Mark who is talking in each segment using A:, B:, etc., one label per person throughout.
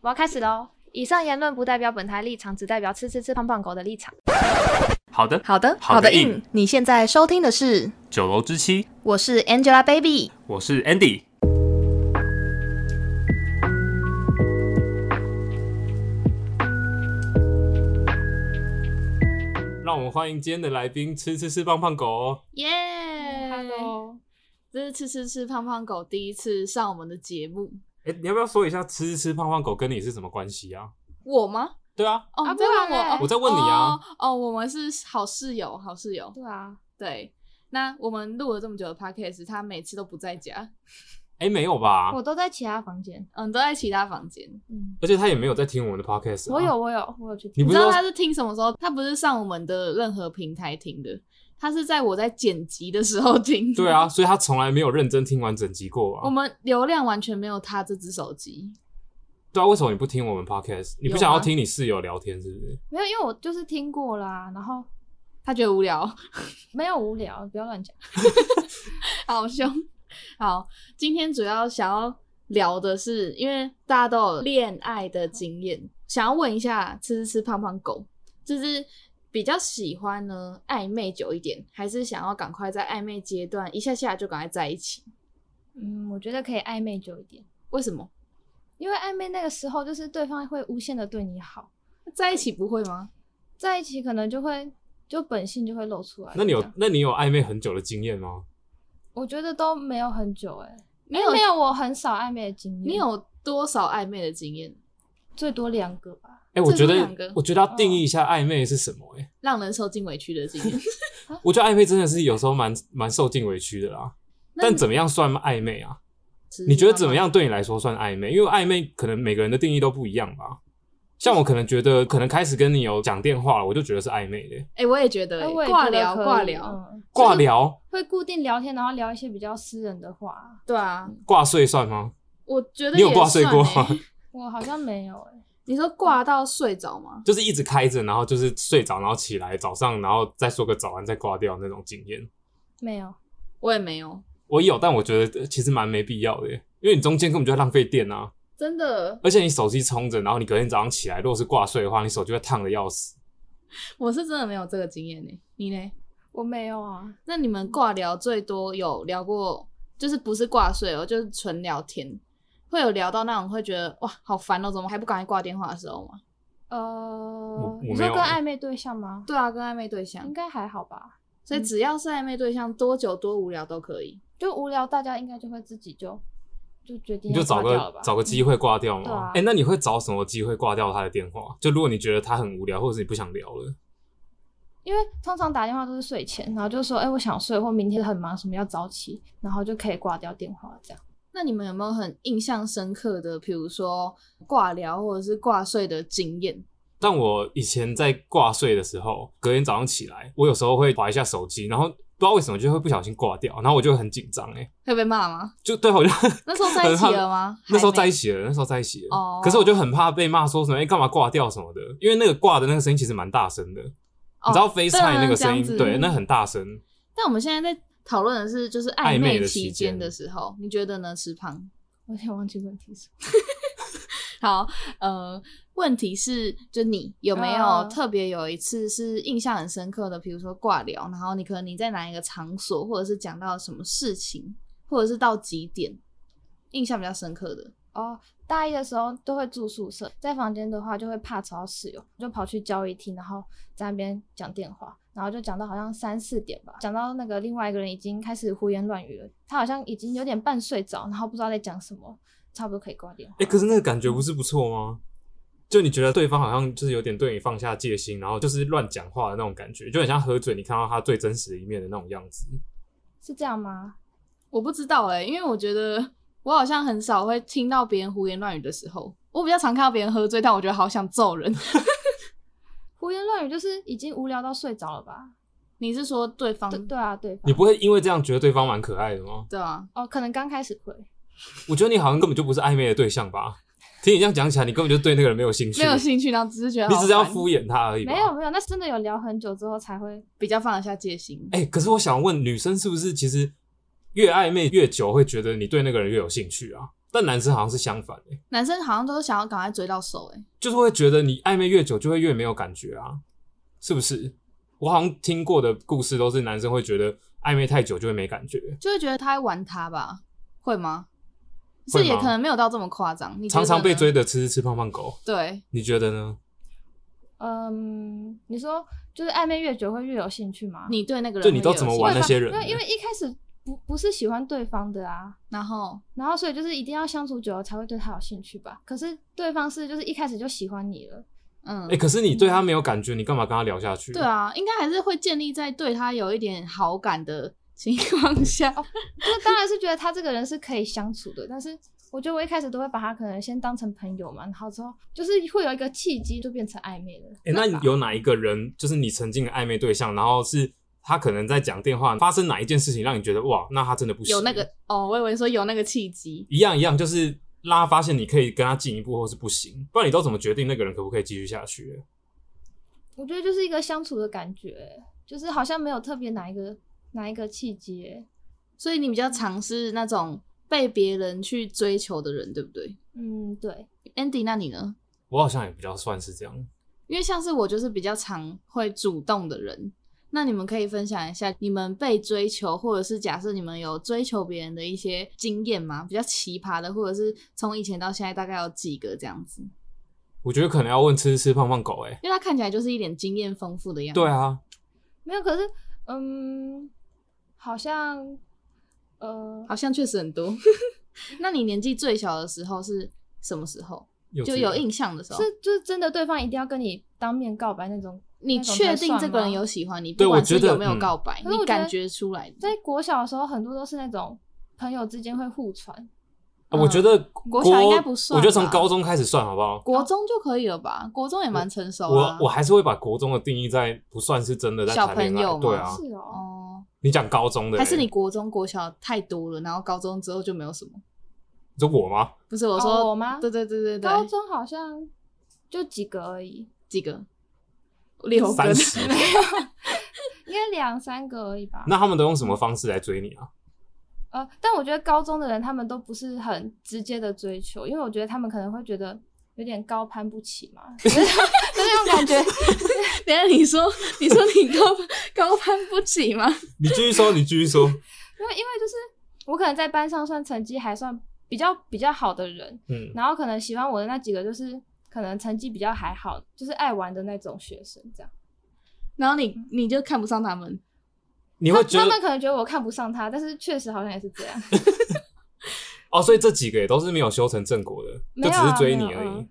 A: 我要开始喽！以上言论不代表本台立场，只代表吃吃吃胖胖狗的立场。
B: 好的，
C: 好的，
B: 好的硬
C: 硬。你现在收听的是，
B: 九楼之妻，
C: 我是 Angelababy。
B: 我是 Andy。让我们欢迎今天的来宾，吃吃吃胖胖狗哦！
D: 耶、
A: 嗯
D: 嗯
A: Hello，
D: 这是吃吃吃胖胖狗第一次上我们的节目，
B: 哎、你要不要说一下吃吃吃胖胖狗跟你是什么关系啊？
D: 我吗？
B: 对啊，
D: 哦，
A: 啊
D: 你在问
A: 不然嘞
D: 我？哦
B: 我在问你啊
D: 哦。哦，我们是好室友，好室友。
A: 对啊，
D: 对，那我们录了这么久的 podcast，他每次都不在家，
B: 哎、没有吧？
A: 我都在其他房间。
D: 嗯，都在其他房间。
A: 嗯，
B: 而且他也没有在听我们的 podcast、啊。
A: 我有，，我有，我有去
B: 你
A: 听。
B: 不
D: 你
B: 是
D: 知道
B: 说
D: 他是听什么时候？他不是上我们的任何平台听的，他是在我在剪辑的时候听。
B: 对，啊，所以他从来没有认真听完整集过
D: 我
B: 啊。
D: 们流量完全没有他这只手机。
B: 对啊，为什么你不听我们 podcast？你不
D: 有
B: 想要
D: 吗
B: 听你室友聊天是不是？
A: 没有，因为我就是听过啦，然后
D: 他觉得无聊，
A: 没有无聊，不要乱讲。
D: 好凶。好，今天主要想要聊的是，因为大家都有恋爱的经验，想要问一下吃吃吃胖胖狗，就是比较喜欢呢暧昧久一点，还是想要赶快在暧昧阶段一下下就赶快在一起？
A: 嗯，我觉得可以暧昧久一点，
D: 为什么
A: 因为暧昧那个时候就是对方会无限的对你好，
D: 在一起不会吗？
A: 在一起可能就会就本性就会露出
D: 啊
A: 来。
B: 那你有
A: 这样
B: 那你有暧昧很久的经验吗？
A: 我觉得都没有很久哎、
D: 你
A: 哎
D: 有
A: 没有，我很少暧昧的经验。
D: 你有多少暧昧的经验，
A: 最多两个吧？
B: 哎、我
D: 这
B: 觉
D: 是
B: 得
D: 两个
B: 我觉得要定义一下暧昧是什么、欸？
D: 让人受尽委屈的 经验？啊
B: 我觉得暧昧真的是有时候蛮蛮受尽委屈的啦。
D: 那
B: 但
D: 你
B: 怎么样算暧昧啊？
D: 吃吃
B: 你觉得
D: 胖
B: 怎么
D: 胖
B: 样对你来说算暧昧？因为暧昧可能每个人的定义都不一样吧。像我可能觉得，可能开始跟你有讲电话了，我就觉得是暧昧的、
D: 狗？哎、我也觉得、
A: 哎
D: 哎
A: 我也
D: 挂
A: 觉得
D: 聊
A: 可以
D: 挂聊，
A: 嗯
B: 挂聊
A: 会固定聊天，然后聊一些比较私人的话。
D: 对啊，
B: 挂睡算吗？
D: 我觉得
B: 你有
D: 也
B: 挂睡
D: 算
B: 过
D: 哎
B: 吗
A: 我好像没有哎、
D: 你说挂到睡着吗？
B: 就是一直开着，然后就是睡着，然后起来早上，然后再说个早安，再挂掉那种经验。
A: 没有。
D: 我也没有，
B: 我有，但我觉得其实蛮没必要的、欸因为你中间根本就在浪费电啊。
D: 真的，
B: 而且你手机充着，然后你隔天早上起来，如果是挂睡的话，你手机会烫的要死。
D: 我是真的没有这个经验呢、你呢？
A: 我没有啊，
D: 那你们挂聊最多有聊过，就是不是挂睡哦，就是纯聊天，会有聊到那种会觉得哇好烦哦，怎么还不赶快挂电话的时候吗？
A: 呃，
B: 我
A: 你
B: 没
A: 说
B: 有
A: 跟
B: 欸
A: 暧昧对象吗？
D: 对啊，跟暧昧对象
A: 应，该还好吧，
D: 所以只要是暧昧对象，多久多无聊都可以。
A: 就无聊，大家应该就会自己就就决定
B: 你就
A: 要
B: 找
A: 挂掉了
B: 个
A: 吧嗯
B: 找个机会挂掉
A: 对
B: 嘛
A: 啊。
B: 哎、那你会找什么机会挂掉他的电话？就如果你觉得他很无聊，或者是你不想聊了，
A: 因为通常打电话都是睡前，然后就说哎、我想睡，或明天很忙，什么要早起，然后就可以挂掉电话这样。
D: 那你们有没有很印象深刻的，比如说挂聊或者是挂睡的经验？
B: 但我以前在挂睡的时候，隔天早上起来，我有时候会划一下手机，然后不知道为什么就会不小心挂掉，然后我就会很紧张，哎，
D: 会被骂吗？
B: 就对我就
D: 那时候在一起了吗
B: 那时候在一
D: 起，
B: 起了，那时候在一起了。
D: 哦
B: 可是我就很怕被骂说什么，哎、干嘛挂掉什么的，因为那个挂的那个声音其实蛮大声的，你知道飞
D: 对
B: 菜
D: 啊
B: 那个
D: 这样
B: 声音，
D: 子
B: 对，那很大声。
D: 但我们现在在讨论的是，就是
B: 暧
D: 暧
B: 昧
D: 昧
B: 的期
D: 期
B: 间
D: 间的时候，你觉得呢？吃胖？
A: 我有点忘记问题是什么。
D: 好，呃，问题是，就你有没有
A: 嗯
D: 特别有一次是印象很深刻的，比如说挂聊，然后你可能你在哪一个场所，或者是讲到什么事情，或者是到几点，印象比较深刻的？
A: 哦，大一的时候都会住宿舍，在房间的话就会怕吵到室友，就跑去交易厅，然后在那边讲电话，然后就讲到好像三四点吧，讲到那个另外一个人已经开始胡言乱语了，他好像已经有点半睡着，然后不知道在讲什么，差不多可以挂电话。
B: 哎、可是那个感觉不是不错吗？就你觉得对方好像就是有点对你放下戒心，然后就是乱讲话的那种感觉，就很像喝醉，你看到他最真实的一面的那种样子。
A: 是这样吗？
D: 我不知道哎、因为我觉得我好像很少会听到别人胡言乱语的时候，我比较常看到别人喝醉，但我觉得好想揍人。
A: 胡言乱语就是已经无聊到睡着了吧？
D: 你是说对方
A: 对对啊，对吧
B: 嗯你不会因为这样觉得对方蛮可爱的吗？
D: 对啊？
A: 哦，可能刚开始会，
B: 我觉得你好像根本就不是暧昧的对象吧？听你这样讲起来，你根本就对那个人没有兴趣，
D: 没有兴趣，然后只是觉得
B: 你
D: 好
B: 只是要
D: 烦
B: 敷衍他而已。
A: 没有。没有，那是真的有聊很久之后才会。
D: 比较放得下戒心。
B: 哎、可是我想问，女生是不是其实越暧昧越久，会觉得你对那个人越有兴趣啊？但男生好像是相反的、
D: 男生好像都是想要赶快追到手、欸，哎，
B: 就是会觉得你暧昧越久就会越没有感觉啊，是不是？我好像听过的故事都是男生会觉得暧昧太久就会没感觉，
D: 就会觉得他在玩他吧？会吗？
B: 会
D: 是也
B: 吗
D: 可能没有到这么夸张。你觉
B: 常
D: 得
B: 常被
D: 呢
B: 追的吃吃吃胖胖狗，
D: 对，
B: 你觉得呢？
A: 嗯，你说就是暧昧越久会越有兴趣吗？
D: 你对那个人
B: 就你
D: 会
B: 都
D: 有
B: 怎么
D: 兴
B: 玩
D: 趣
B: 那些人
A: 对，
B: 呢
A: 因为一开始不不是喜欢对方的啊，
D: 然后
A: 然后所以就是一定要相处久了才会对他有兴趣吧。可是对方是就是一开始就喜欢你了，
D: 嗯
B: 哎、，可是你对他没有感觉，你干嘛跟他聊下去？
D: 对，啊，应该还是会建立在对他有一点好感的情况 下。
A: 就是当然是觉得他这个人是可以相处的，但是我觉得我一开始都会把他可能先当成朋友嘛，然后之后就是会有一个契机就变成暧昧了。
B: 哎、那
D: 啊
B: 有哪一个人就是你曾经的暧昧对象，然后是他可能在讲电话，发生哪一件事情让你觉得哇，那他真的不行？
D: 有那个哦，我以为说有那个契机，
B: 一样一样，就是让他发现你可以跟他进一步，或是不行，不然你都怎么决定那个人可不可以继续下去？
A: 我觉得就是一个相处的感觉，就是好像没有特别哪一个哪一个契机欸、
D: 所以你比较尝试那种被别人去追求的人，对不对
A: 嗯，对，
D: ？Andy，那你呢？
B: 我好像也比较算是这样，
D: 因为像是我就是比较常会主动的人，那你们可以分享一下你们被追求，或者是假设你们有追求别人的一些经验吗？比较奇葩的，或者是从以前到现在大概有几个这样子？
B: 我觉得可能要问吃吃胖胖狗、欸，哎，
D: 因为他看起来就是一脸经验丰富的样子。
B: 对啊，
A: 没有。可是，嗯，好像，呃，
D: 好像确实很多。 那你年纪最小的时候是什么时候？就有
B: 应
D: 印象的时候，
A: 是就是真的，对方一定要跟你当面告白那种。
D: 你
A: 那种
D: 确
A: 才
D: 定
A: 算
D: 这个人
A: 吗
D: 有喜欢你，
B: 对
D: 不
B: 我
D: 管
B: 觉
D: 是
B: 得
D: 有没有
B: 嗯
D: 告白，
A: 可是
D: 你
A: 我觉
D: 感
A: 得
D: 觉出来的。
A: 在国小的时候，很多都是那种朋友之间会互传，
B: 啊，我觉得
D: 国小应该不算
B: 我觉得从
D: 吧
B: 高中开始算好不好？
D: 国中就可以了吧？国中也蛮成熟啊。
B: 我我还是会把国中的定义在不算是真的在谈恋
D: 小朋友
B: 爱，
D: 吗
B: 对啊。
A: 是哦，
D: 哦，
B: 你讲高中的、欸，
D: 还是你国中、国小太多了，然后高中之后就没有什么。
B: 你说我吗？
D: 不是我说，
A: 哦我吗
D: 对对对对对，
A: 高中好像就几个而已，
D: 几个？六个
B: 三。 十，
A: 应该两三个而已吧。
B: 那他们都用什么方式来追你啊？
A: 呃，但我觉得高中的人他们都不是很直接的追求，因为我觉得他们可能会觉得有点高攀不起嘛， 就是那种感觉。
D: 等一下你说，你说你高高攀不起吗？
B: 你继续说，你继续说。
A: 因为因为就是我可能在班上算成绩还算比较比较好的人，
B: 嗯，
A: 然后可能喜欢我的那几个就是可能成绩比较还好，就是爱玩的那种学生这样。
D: 然后你你就看不上他们，
B: 你
A: 他
B: 会觉
A: 他
B: 得
A: 们可能觉得我看不上他，但是确实好像也是这样。
B: 哦，所以这几个也都是没有修成正果的，
A: 没有
B: 就只
A: 啊
B: 是追你
A: 没有
B: 而已。
A: 嗯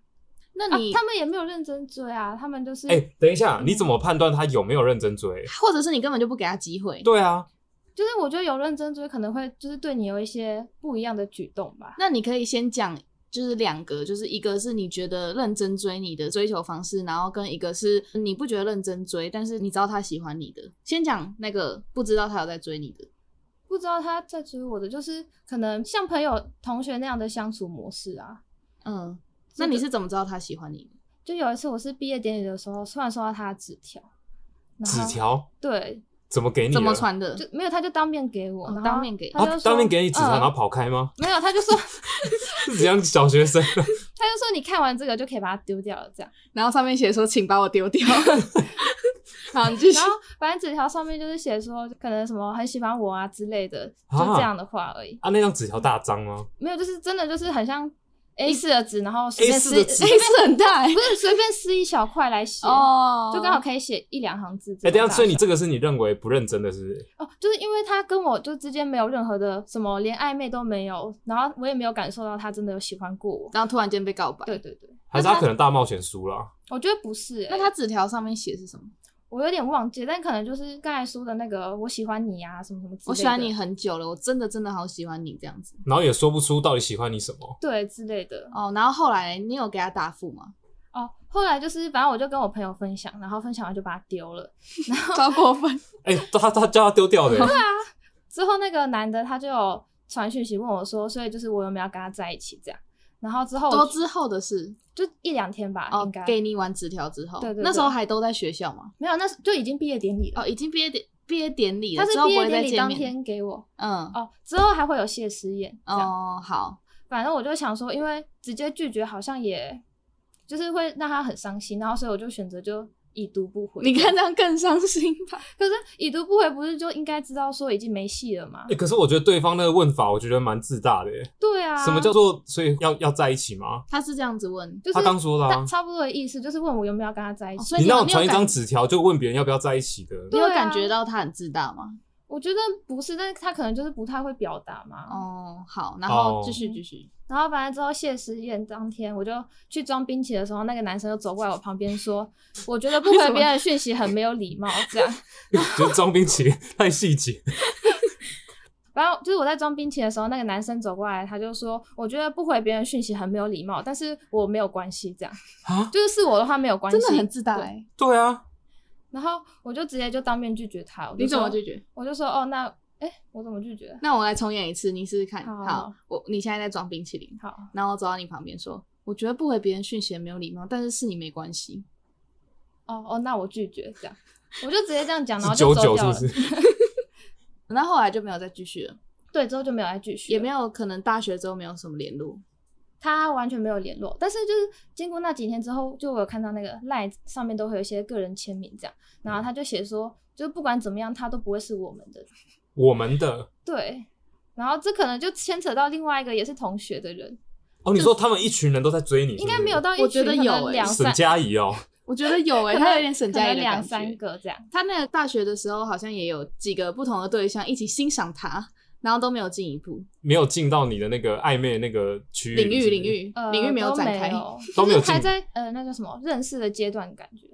D: 那
A: 啊
D: 你、，
A: 他们也没有认真追啊，他们就是、
B: 哎、等一下，你怎么判断他有没有认真追？
D: 或者是你根本就不给他机会。
B: 对啊，
A: 就是我觉得有认真追可能会就是对你有一些不一样的举动吧。
D: 那你可以先讲，就是两个，就是一个是你觉得认真追你的追求方式，然后跟一个是你不觉得认真追，但是你知道他喜欢你的。先讲那个不知道他有在追你的，
A: 不知道他在追我的，就是可能像朋友、同学那样的相处模式啊。
D: 嗯，那你是怎么知道他喜欢你的？
A: 就有一次我是毕业典礼的时候，突然收到他的纸条，然后
B: 纸条
A: 对，
B: 怎么给你？
D: 怎么？传的？
A: 就没有他就当面给我，
D: 哦
A: 然后
D: 当面给
A: 他
B: 啊
A: 就，说
B: 当面给你纸条，
A: 嗯
B: 然后跑开吗？
A: 没有，他就说
B: 是怎样小学生？
A: 他就说你看完这个就可以把它丢掉了这 样。
D: 然后上面写说，请把我丢掉。好，你继续
A: 然。后反正纸条上面就是写说可能什么很喜欢我啊之类的，就
B: 啊
A: 这样的话而已。
B: 啊，那张纸条大张吗？
A: 没有，就是真的就是很像 A 四的纸，然后随
B: A
A: 便
B: 四
A: 撕
B: 的
A: 一，
B: 纸
D: A 是很大欸
A: 不是随便撕一小块来写，
D: 哦，
A: 就刚好可以写一两行字这
B: 哎、
A: 种大小。
B: 等一下，所以你这个是你认为不认真的，是不是？
A: 哦，就是因为他跟我就之间没有任何的什么，连暧昧都没有，然后我也没有感受到他真的有喜欢过我。
D: 然后突然间被告白。
A: 对，对对，
B: 还是他可能大冒险输了？
A: 我觉得不是、欸，
D: 那他纸条上面写是什么？
A: 我有点忘记，但可能就是刚才说的那个我喜欢你啊，什么什么之类的，
D: 我喜欢你，很久了，我真的真的好喜欢你这样子。
B: 然后也说不出到底喜欢你什么。
A: 对之类的。
D: 哦，然后后来你有给他答复吗？
A: 哦，后来就是反正我就跟我朋友分享，然后分享完就把它丢了。
D: 超过分。
B: 哎、他他叫他丢掉的、
A: 之后那个男的他就有传讯息问我说，所以就是我有没有跟他在一起这样。然后之后
D: 多
A: 我
D: 之后的事
A: 就一两天吧，
D: 哦
A: 应该，
D: 给你完纸条之后，
A: 对对对
D: 那时候还都在学校嘛，
A: 没有，那时就已经毕业典礼了。
D: 哦，已经毕业典毕业典礼了，
A: 他是
D: 之后
A: 毕
D: 不
A: 业
D: 会再
A: 典礼
D: 见
A: 当
D: 面，
A: 天给我
D: 嗯，
A: 哦，之后还会有谢师宴这样。
D: 哦，好，
A: 反正我就想说，因为直接拒绝好像也就是会让他很伤心，然后所以我就选择就已读不回。
D: 你看这样更伤心吧？
A: 可是已读不回不是就应该知道说已经没戏了吗
B: 哎、？可是我觉得对方那个问法，我觉得蛮自大的耶。
A: 对啊，
B: 什么叫做所以要要在一起吗？
D: 他是这样子问，
A: 就是
B: 他刚说的啊
A: 大差不多的意思，就是问我有没有跟他在一
D: 哦
A: 起。
D: 所以
B: 你
D: 你
B: 那
D: 有
B: 种
D: 你有
B: 传一
D: 感
B: 张纸条就问别人要不要在一起的，
D: 你有
A: 对啊
D: 感觉到他很自大吗？
A: 我觉得不是，但是他可能就是不太会表达嘛。
D: 哦，好，然后
B: 哦
D: 继续继续，
A: 然后反正之后谢师宴当天，我就去装冰淇淋的时候，那个男生就走过来我旁边说：“我觉得不回别人的讯息很没有礼貌。”这样，
B: 就是装冰淇淋 太细节。
A: 然后就是我在装冰淇淋的时候，那个男生走过来，他就说：“我觉得不回别人讯息很没有礼貌，但是我没有关系。”这样
B: 啊，
A: 就是是我的话没有关系，
D: 真的很自大
A: 对
D: 哎。
B: 对啊，然
A: 然后我就直接就当面拒绝他。我就
D: 你怎么
A: 说
D: 拒？绝？
A: 我就说：“哦，那哎，我怎么拒绝？
D: 那我来重演一次，你试试看。
A: 好
D: 好，我你现在在装冰淇淋，
A: 好，
D: 然后我走到你旁边说：“我觉得不回别人讯息也没有礼貌，但是是你没关系。
A: 哦哦，那我拒绝。”这样，我就直接这样讲，然后
B: 是
A: 就
B: 九
A: 走
B: 九
A: 掉了。
B: 是不是？”
D: 那后来就没有再继续了，
A: 对，之后就没有再继续了，
D: 也没有可能大学之后没有什么联络。
A: 他完全没有联络，但是就是经过那几天之后，就我有看到那个 line 上面都会有一些个人签名这样，然后他就写说，就是不管怎么样，他都不会是我们的，
B: 我们的
A: 对。然后这可能就牵扯到另外一个也是同学的人，
B: 哦，你说他们一群人都在追你，
A: 应该没有
B: 到
A: 到一
D: 我
A: 群，
D: 觉得
A: 可能
D: 有欸
A: 两
B: 沈
A: 三，
B: 佳宜哦，
D: 我 觉得有诶、欸
A: 可能
D: 他有点沈佳宜
A: 可能
D: 的
A: 两
D: 感觉
A: 三。个这样，
D: 他那个大学的时候好像也有几个不同的对象一起欣赏他，然后都没有进一步
B: 没有进到你的那个暧昧的那个区域
D: 领
B: 是
D: 域
B: 不是
D: 领域
A: 呃，
D: 领域没有展开。
A: 都没有，
B: 都没有
A: 就是还
B: 进
A: 在呃那叫什么认识的阶段感觉，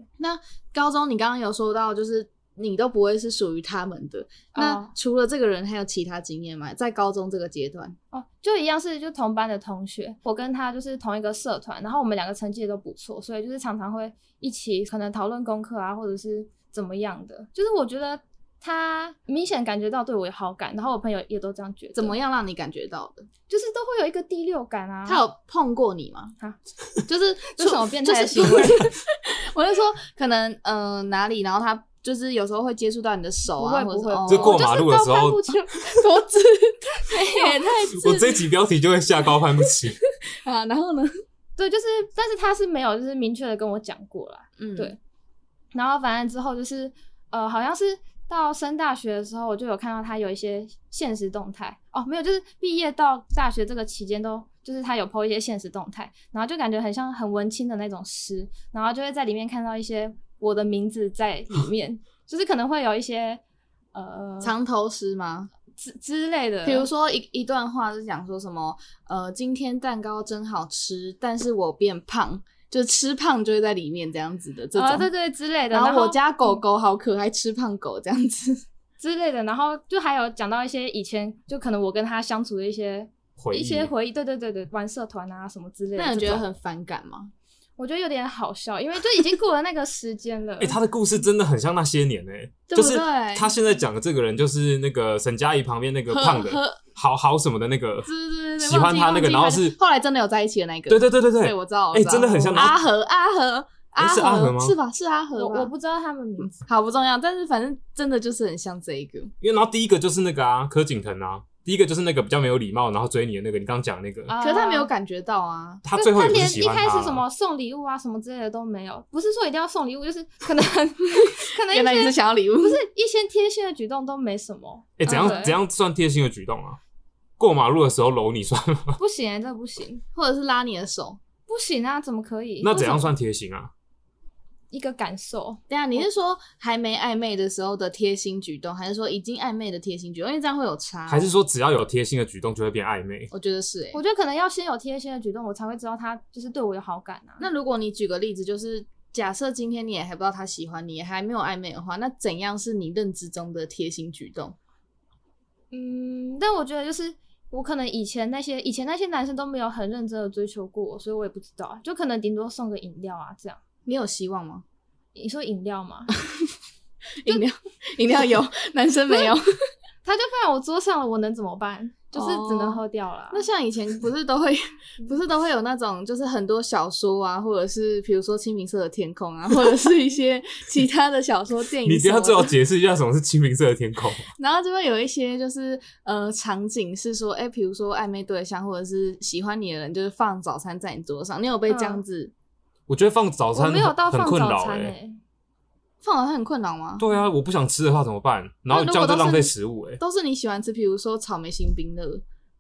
D: 高中你刚刚有说到，就是你都不会是属于他们的。那
A: 哦
D: 除了这个人，还有其他经验吗？在高中这个阶段，
A: 哦，就一样是就同班的同学，我跟他就是同一个社团，然后我们两个成绩也都不错，所以就是常常会一起可能讨论功课啊，或者是怎么样的。就是我觉得他明显感觉到对我有好感，然后我朋友也都这样觉得。
D: 怎么？样让你感觉到的？
A: 就是都会有一个第六感啊。
D: 他有碰过你吗？
A: 啊，
D: 就是
A: 这什么变态的
D: 就是
A: 行为
D: 我是说，可能嗯、呃哪里，然后他就是有时候会接触到你的手
A: 不
D: 啊，
A: 会不会，
D: 或者
B: 就
D: 说
A: 我
B: 过
A: 是
B: 马路的
A: 高
B: 时候
A: 攀不 起
D: 脖子，也太自
B: 我这一集标题就会下高攀不 起，
D: 啊，然后呢？
A: 对，就是但是他是没有就是明确的跟我讲过啦。
D: 嗯，
A: 对然后反正之后就是呃，好像是到升大学的时候，我就有看到他有一些现实动态哦，没有，就是毕业到大学这个期间都。就是他有 PO 一些现实动态，然后就感觉很像很文青的那种诗，然后就会在里面看到一些我的名字在 里面，就是可能会有一些呃
D: 藏头诗吗？
A: 之之类的，
D: 比如说一一段话是讲说什么，呃，今天蛋糕真好吃，但是我变胖，就是吃胖就会在里面这样子的这种。
A: 啊、对对之类的，
D: 然
A: 然
D: 后我嗯家狗狗好可爱，吃胖狗这样子。
A: 之类的，然后就还有讲到一些以前就可能我跟他相处的一些
B: 回忆
A: 一些回忆，对对对对，玩社团啊什么之类的这种。
D: 那你觉得很反感吗？
A: 我觉得有点好笑，因为就已经过了那个时间了。
B: 哎、他的故事真的很像那些年哎、
D: 对不
B: 就是
D: 对
B: 他现在讲的这个人，就是那个沈佳宜旁边那个
D: 呵
B: 胖的
D: 呵，
B: 好好什么的那个，
D: 对对对对，
B: 喜欢他那个，
D: 忘记
B: 然后
D: 忘记
B: 是
D: 他后来真的有在一起的那个。
B: 对对对对对，
D: 对，我知道。我
B: 哎、
D: 知道
B: 真的很像
D: 阿和阿和
B: 哎是阿和
D: 和
B: 吗
D: 是吧？是阿和
A: 我
D: 吧
A: 我不知道他们名字，
D: 好不重要，但是反正真的就是很像这一个。
B: 因为然后第一个就是那个啊，柯景腾啊，第一个就是那个比较没有礼貌，然后追你的那个，你刚刚讲的那个，
A: 可
D: 可是他没有，感觉到啊，
B: 嗯他
A: 就
B: 最后
A: 他
B: 也不是
A: 连
B: 喜
A: 一
B: 欢
A: 开
B: 他
A: 始
B: 啊
A: 什么送礼物啊什么之类的都没有，不是说一定要送礼物，就是可能 可能一
D: 原来你
A: 些
D: 是想要礼物，
A: 不是一些贴心的举动都没什么，啊
B: 哎、怎样、
A: 嗯对
B: 怎样算贴心的举动啊？过马路的时候搂你算吗？
A: 不行、欸，这不行，
D: 或者是拉你的手。
A: 不行啊，怎么可以？
B: 那怎
A: 为什
B: 样
A: 么
B: 算贴心啊？
A: 一个感受？
D: 对啊，你
B: 哦
D: 是说还没暧昧的时候的贴心举动，还是说已经暧昧的贴心举动？因为这样会有差。哦
B: 还是说只要有贴心的举动就会变暧昧？
D: 我觉得是哎、
A: 我觉得可能要先有贴心的举动，我才会知道他就是对我有好感啊。
D: 那如果你举个例子，就是假设今天你也还不知道他喜欢你，也还没有暧昧的话，那怎样是你认知中的贴心举动？
A: 嗯，但我觉得就是我可能以前那些以前那些男生都没有很认真的追求过我，所以我也不知道啊，就可能顶多送个饮料啊这样。
D: 你有希望吗？
A: 你说饮料吗？
D: 饮料，饮料有，男生没有。
A: 他就放在我桌上了，我能怎么办？就是只能
D: 哦
A: 喝掉了。
D: 那像以前不是都会，不是都会有那种，就是很多小说啊，或者是比如说《清明色的天空》啊，或者是一些其他的小说、电影什么的，
B: 你等一下最好解释一下什么是清明色的天空。啊
D: 然后就会有一些就是呃场景是说，哎、比如说暧昧对象或者是喜欢你的人，就是放早餐在你桌上，你有被这
A: 嗯
D: 样子、
B: 我觉得放早
A: 我
B: 餐
A: 没有
B: 很
A: 到
B: 很
A: 放
B: 困
A: 早
B: 扰
A: 餐
B: 哎、
A: 欸
D: 放早餐很困扰吗？
B: 对啊，我不想吃的话怎么办？然后
D: 那
B: 你
D: 如
B: 这
D: 果
B: 样就
D: 都是
B: 浪费食物哎、
D: 都是你喜欢吃，比如说草莓星冰乐，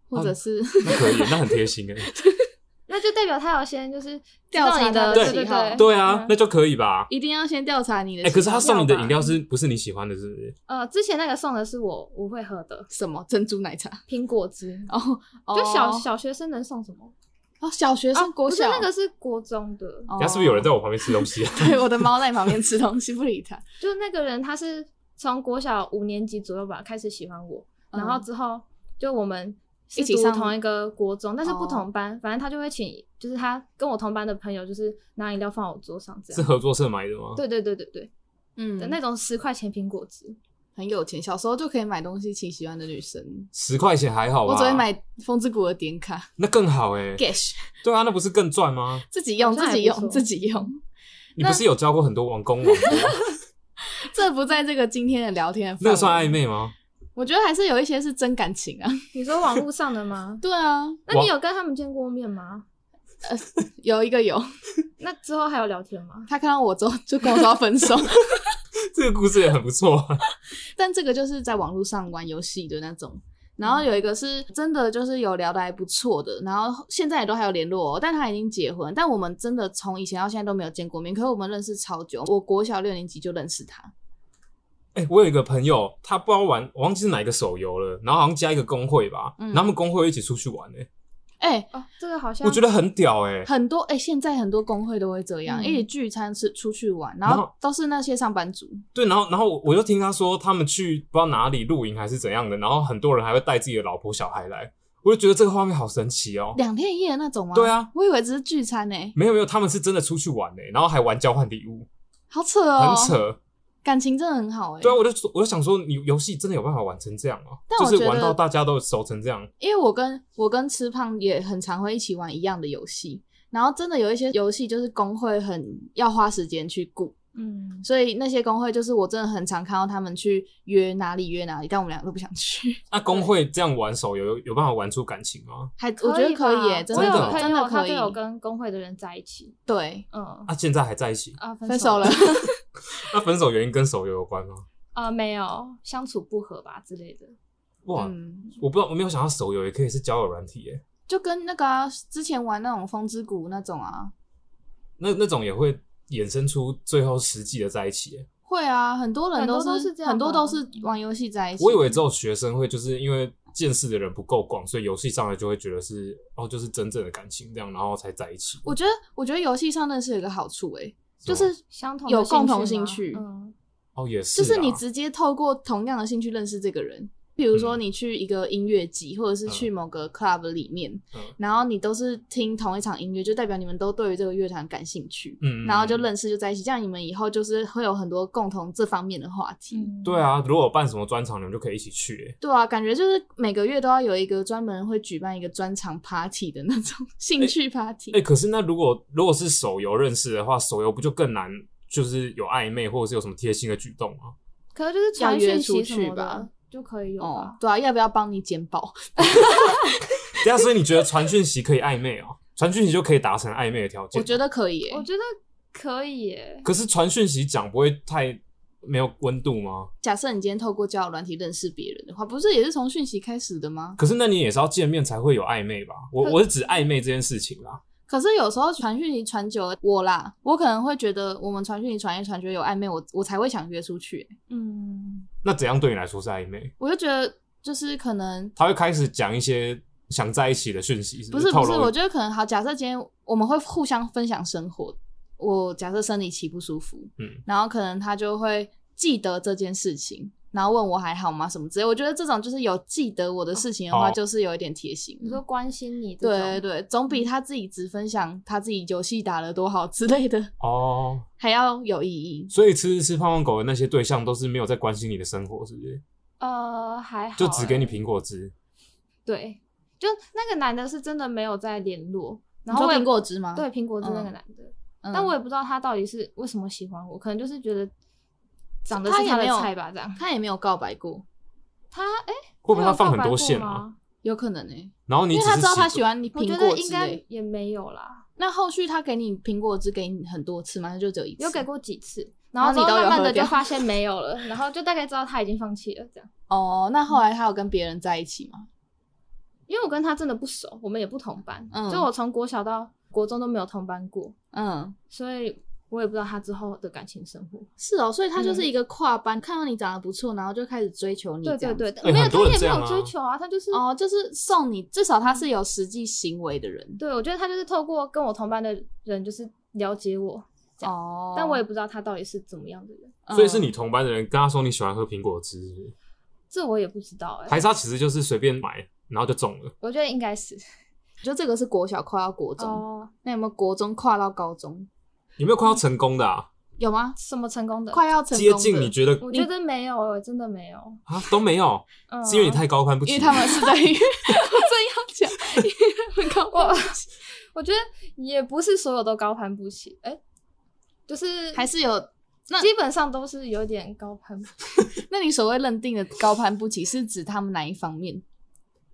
D: 或
B: 哦
D: 者是、
B: 那可以，那很贴心哎、
A: 那就代表他有先就是知
D: 调
A: 道
D: 查
A: 你
D: 他
A: 的
D: 的
A: 对
D: 喜
A: 对
D: 好
A: 对
B: 对啊
A: 嗯，
B: 那就可以吧。
D: 一定要先调查你的
B: 哎、
D: 喜好吧。
B: 可是他送你的饮料是不是你喜欢的？是不是？
A: 呃，之前那个送的是我我会喝的
D: 什么珍珠奶茶？
A: 苹果汁，
D: 哦，哦
A: 就小小学生能送什么？
D: 哦小学
A: 啊
D: 生、国
A: 不是
D: 小
A: 那个是国中的，
D: 哦
B: 等一下是不是有人在我旁边吃东西、啊？
D: 对，我的猫在你旁边吃东西，不理它。
A: 就那个人他是从国小五年级左右吧开始喜欢我，
D: 嗯
A: 然后之后就我们是
D: 一起
A: 读
D: 上
A: 同一个国中，但是不
D: 哦
A: 同班，反正他就会请就是他跟我同班的朋友就是拿饮料放我桌上这
B: 是
A: 样。
B: 合作社买的吗？
A: 对对对对对
D: 哦嗯
A: 的那种十块钱苹果汁，
D: 很有钱，小时候就可以买东西请喜欢的女生。
B: 十块钱还好吧？
D: 我昨天买风之谷的点卡
B: 那更好哎、
D: Gash，
B: 对啊，那不是更赚吗？
D: 自己用
A: 好像
D: 自己
A: 哦还不
D: 用
A: 错
D: 自己用，
B: 你不是有教过很多网工网婆？
D: 这不在这个今天的聊天的范围
B: 那个算暧昧吗？
D: 我觉得还是有一些是真感情啊。？
A: 你说网络上的吗
D: 对啊，
A: 那你
B: 网
A: 有跟他们见过面吗？
D: 有一个有，
A: 那之后还有聊天吗？
D: 他看到我之后就跟我说要分 手，
B: 这个故事也很不错、啊。
D: 但这个就是在网络上玩游戏的那种。然后有一个是真的，就是有聊得还不错的，然后现在也都还有联络、哦，但他已经结婚，但我们真的从以前到现在都没有见过面，可是我们认识超久，我国小六年级就认识他，
B: 哎、我有一个朋友，他不知道玩，我忘记是哪一个手游了，然后好像加一个工会吧，
D: 嗯
B: 然后他们工会一起出去玩哎、
D: 哎、
A: 哦，这个好像
B: 我觉得很屌哎、
D: 很多哎、现在很多工会都会这样，
A: 嗯
D: 一起聚餐吃出去玩，然
B: 然
D: 后
B: 后
D: 都是那些上班族，
B: 对，然后然后我我就听他说，他们去不知道哪里露营还是怎样的，然后很多人还会带自己的老婆小孩来，我就觉得这个画面好神奇哦。
D: 两天一夜那种吗？
B: 对啊，嗯
D: 我以为只是聚餐呢、
B: 没有没有，他们是真的出去玩哎、然后还玩交换礼物，
D: 好扯哦，
B: 很，扯。
D: 感情真的很好哎、
B: 对啊，我就说我就想说，你游戏真的有办法玩成这样吗？
D: 但我
B: 就
D: 觉
B: 是
D: 得
B: 玩到大家都熟成这样，
D: 因为我跟我跟吃胖也很常会一起玩一样的游戏，然后真的有一些游戏就是工会很要花时间去顾，
A: 嗯，
D: 所以那些工会就是我真的很常看到他们去约哪里约哪里，但我们两个都不想去，
B: 那、工会这样玩手游有有办法玩出感情吗？
D: 还我觉得可以耶、真
A: 我
D: 的
A: 有
B: 可以
A: 朋
D: 真
A: 友
D: 的
A: 他
D: 可以
A: 就，有跟工会的人在一起，
D: 对，
A: 嗯
B: 啊，现在还在一起？
A: 啊，
D: 分
A: 分
D: 手了。
B: 那分手原因跟手游有关吗？
A: 啊，没有相处不合吧之类的，
B: 哇，
D: 嗯，
B: 我不知道，我没有想到手游也可以是交友软体耶、
D: 就跟那个啊、之前玩那种风之谷那种啊，
B: 那那种也会衍生出最后实际的在一起耶、
D: 会啊，很多人
A: 很
D: 都
A: 多
D: 是
A: 都是这样吧
D: 很多都是玩游戏在一起。
B: 我以为只有学生会，就是因为见识的人不够广，所以游戏上来就会觉得是哦，就是真正的感情这样，然后才在一起。
D: 我觉得我觉得游戏上认识有一个好处诶、就
B: 什
D: 是
B: 么
A: 相同的
D: 有共
A: 吗
D: 同兴趣，
A: 嗯
B: 哦，也是
D: 就
B: 啊，
D: 是你直接透过同样的兴趣认识这个人。比如说
B: 嗯
D: 你去一个音乐季，或者是去某个 club 里面，
B: 嗯
D: 然后你都是听同一场音乐，就代表你们都对于这个乐团感兴趣，
B: 嗯，嗯
D: 然后就
B: 嗯
D: 认识就在一起，这样你们以后就是会有很多共同这方面的话题。
A: 嗯
B: 对，啊，如果有办什么专场，你们就可以一起去耶、
D: 对啊，感觉就是每个月都要有一个专门会举办一个专场 party 的那种兴趣 party。
B: 哎、可是那如果如果是手游认识的话，手游不就更难，就是有暧昧或者是有什么贴心的举动吗？
A: 可能就是传
D: 要约
A: 讯息
D: 出
A: 什
D: 去
A: 么
D: 吧
A: 的就可以有
D: 哦
A: 吧，，
D: 对啊，要不要帮你剪报？
B: 对啊，所以你觉得传讯息可以暧昧哦？传讯息就可以达成暧昧的条件？
D: 我觉得可以、耶
A: 我觉得可以耶，
B: 可是传讯息讲不会太没有温度吗？
D: 假设你今天透过交友软体认识别人的话，不是也是从讯息开始的吗？
B: 可是那你也是要见面才会有暧昧吧？我
A: 可
B: 我是指暧昧这件事情啦。
D: 可是有时候传讯息传久了，我啦，我可能会觉得我们传讯息传一传，觉得有暧昧，我我才会想约出去耶、
A: 嗯，
B: 那怎样对你来说是暧昧？
D: 我就觉得就是可能
B: 他会开始讲一些想在一起的讯息，是
D: 不
B: 是
D: 是
B: 透
D: 不
B: 露
D: 是，我觉得可能好。假设今天我们会互相分享生活，我假设生理期不舒服，
B: 嗯，
D: 然后可能他就会记得这件事情，然后问我还好吗什么之类。我觉得这种就是有记得我的事情的话，
B: 哦
D: 就是有一点贴心。
A: 你说关心你这种，嗯
D: 嗯对对对，总比他自己只分享他自己游戏打得多好之类的
B: 哦，
D: 还要有意义。
B: 所以吃吃胖胖狗的那些对象都是没有在关心你的生活，是不是？
A: 呃，还好欸，
B: 就只给你苹果汁。
A: 对，就那个男的是真的没有在联络，然
D: 然
A: 后
D: 后
A: 我也
D: 苹果汁吗？
A: 对苹果汁那个男
D: 嗯
A: 的，
D: 嗯，
A: 但我也不知道他到底是为什么喜欢我，可能就是觉得长得
D: 他
A: 是
D: 也
A: 他的
D: 没有
A: 菜吧，这样。
D: 他也没有告白过，
A: 他哎，
B: 会不会
A: 有
B: 他放
A: 告
B: 很
A: 白
B: 多
A: 过
B: 线啊？
A: 吗？
D: 有可能哎、
B: 然后你
D: 因为
B: 只
D: 他
B: 是
D: 知道他
B: 习
D: 喜欢你
A: 我
D: 苹
A: 觉得
D: 果汁
A: 应
D: 哎、
A: 该也没有啦，
D: 那后续他给你苹果汁给你很多次吗？那就只有一次，
A: 有给过几次，
D: 然
A: 然后
D: 后
A: 之
D: 你
A: 后
D: 都有
A: 慢慢
D: 喝
A: 的就
D: 掉
A: 发现没有了， 然后就大概知道他已经放弃了这样。
D: 哦。那后
A: 嗯
D: 来他有跟别人在一起吗？
A: 因为我跟他真的不熟，我们也不同班，
D: 嗯
A: 就我从国小到国中都没有同班过，
D: 嗯，
A: 所以我也不知道他之后的感情生活。
D: 是哦，所以他就是一个跨班，看到你长得不错，然后就开始追求你，
A: 嗯对对对，
B: 哎
A: 没有
B: 很
A: 他
B: 多人
A: 也
B: 这
A: 没
B: 样
A: 有
B: 啊
A: 追求啊，他就是、
D: 哦，就是送你，至少他是有实际行为的人。
A: 对我觉得他就是透过跟我同班的人，就是了解我，这样
D: 哦，
A: 但我也不知道他到底是怎么样的人，
D: 嗯
B: 所以是你同班的人跟他说你喜欢喝苹果汁，是不是
A: 这我也不知
D: 呃
A: 道哎、
B: 还是他其实就是随便买，然后就中了。
A: 我觉得应该是
D: 嗯，就这个是国小跨到国中，
A: 哦，
D: 那有没有国中跨到高中？
B: 有没有快要成功的啊？
D: 有吗？
A: 什么成功的？
D: 快要 成功
B: 接
D: 的
B: 近你觉得
A: 我觉得没有欸，真的没有，
B: 啊都没有，
A: 嗯，
B: 是因为你太高攀不起
D: 因为。他们是在，我 正要讲，因为高
A: 我我觉得也不是所有都高攀不起，哎、就是
D: 还是有。那
A: 基本上都是有点高攀不起，
D: 那你所谓认定的高攀不起，是指他们哪一方面？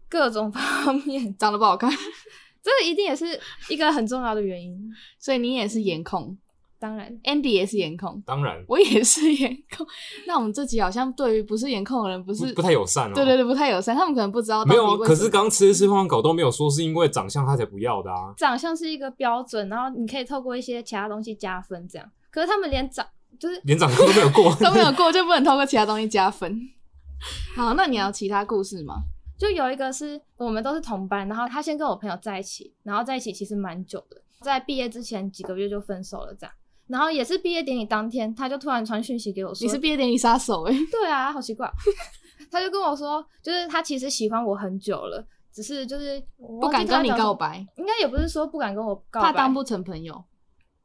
A: 各种方面，
D: 长得不好看，
A: 这个一定也是一个很重要的原因。
D: 所以你也是颜控
A: 当然，
D: ，Andy 也是颜控，
B: 当然
D: 我也是颜控。那我们这集好像对于不是颜控的人，不
B: 不
D: 是
B: 不太友善哦。
D: 对对对不太友善，他们可能不知道到底
B: 没有啊。
D: 为
B: 可
D: 什
B: 是
D: 么，
B: 刚吃吃胖胖狗都没有说是因为长相他才不要的啊。
A: 长相是一个标准，然后你可以透过一些其他东西加分，这样。可是他们连长就是
B: 连长都没有过
D: 都没有过，就不能通过其他东西加分。好，那你要其他故事吗？
A: 就有一个是我们都是同班，然后他先跟我朋友在一起，然后在一起其实蛮久的，在毕业之前几个月就分手了，这样。然后也是毕业典礼当天，他就突然传讯息给我说：“
D: 你是毕业典礼杀手哎、
A: 对啊，好奇怪。 他就跟我说，就是他其实喜欢我很久了，只是就是
D: 不
A: 不
D: 敢跟你告，白，
A: 应该也不是说不敢跟我告白，
D: 怕当不成朋友。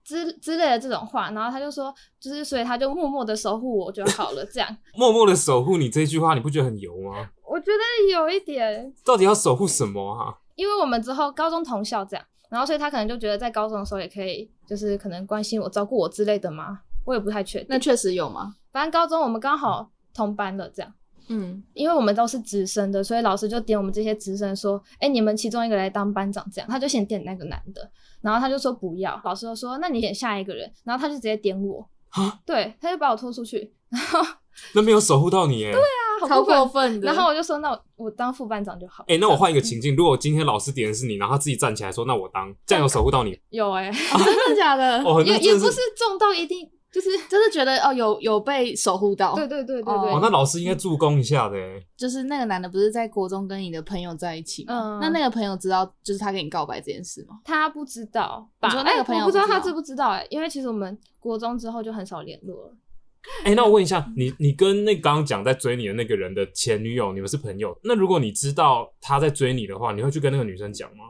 A: 之之类的这种话。然后他就说，就是所以他就默默的守护我就好了，这样。
B: 默默的守护你这句话，你不觉得很油吗？
A: 我觉得有一点，
B: 到底要守护什么啊？
A: 因为我们之后高中同校这样，然后所以他可能就觉得在高中的时候也可以，就是可能关心我、照顾我之类的嘛，我也不太确定。
D: 那确实有吗？
A: 反正高中我们刚好同班了，这样。
D: 嗯，
A: 因为我们都是直升的，所以老师就点我们这些直升说：“哎、你们其中一个来当班长。”这样，他就先点那个男的，然后他就说不要，老师就说：“那你点下一个人。”然后他就直接点我
B: 啊，
A: 对，他就把我拖出去，
B: 那没有守护到你耶。对啊。
A: 啊，好
D: 超
A: 过分
D: 过分的。
A: 然后我就说：“那我我当副班长就好。
B: 哎、那我换一个情境，如果今天老师点的是你，然后他自己站起来说：“那我当。”这样有守护到你
A: 有哎、
D: 真 的假 的？
B: 哦，
A: 也
B: 那
A: 也
B: 真的
A: 不是重到一定，就是
D: 就是觉得哦，有有被守护到。
A: 对对对对对，
D: 哦
B: 哦，那老师应该助攻一下的欸耶。
D: 就是那个男的不是在国中跟你的朋友在一起
A: 嗯
D: 吗？那那个朋友知道就是他跟你告白这件事吗？
A: 他不知道吧？
D: 你说那个
A: 哎
D: 朋友
A: 我不知道
D: 不知道
A: 他知不知道哎、因为其实我们国中之后就很少联络了。
B: 哎、那我问一下，你你跟那刚刚讲在追你的那个人的前女友，你们是朋友？那如果你知道他在追你的话，你会去跟那个女生讲吗？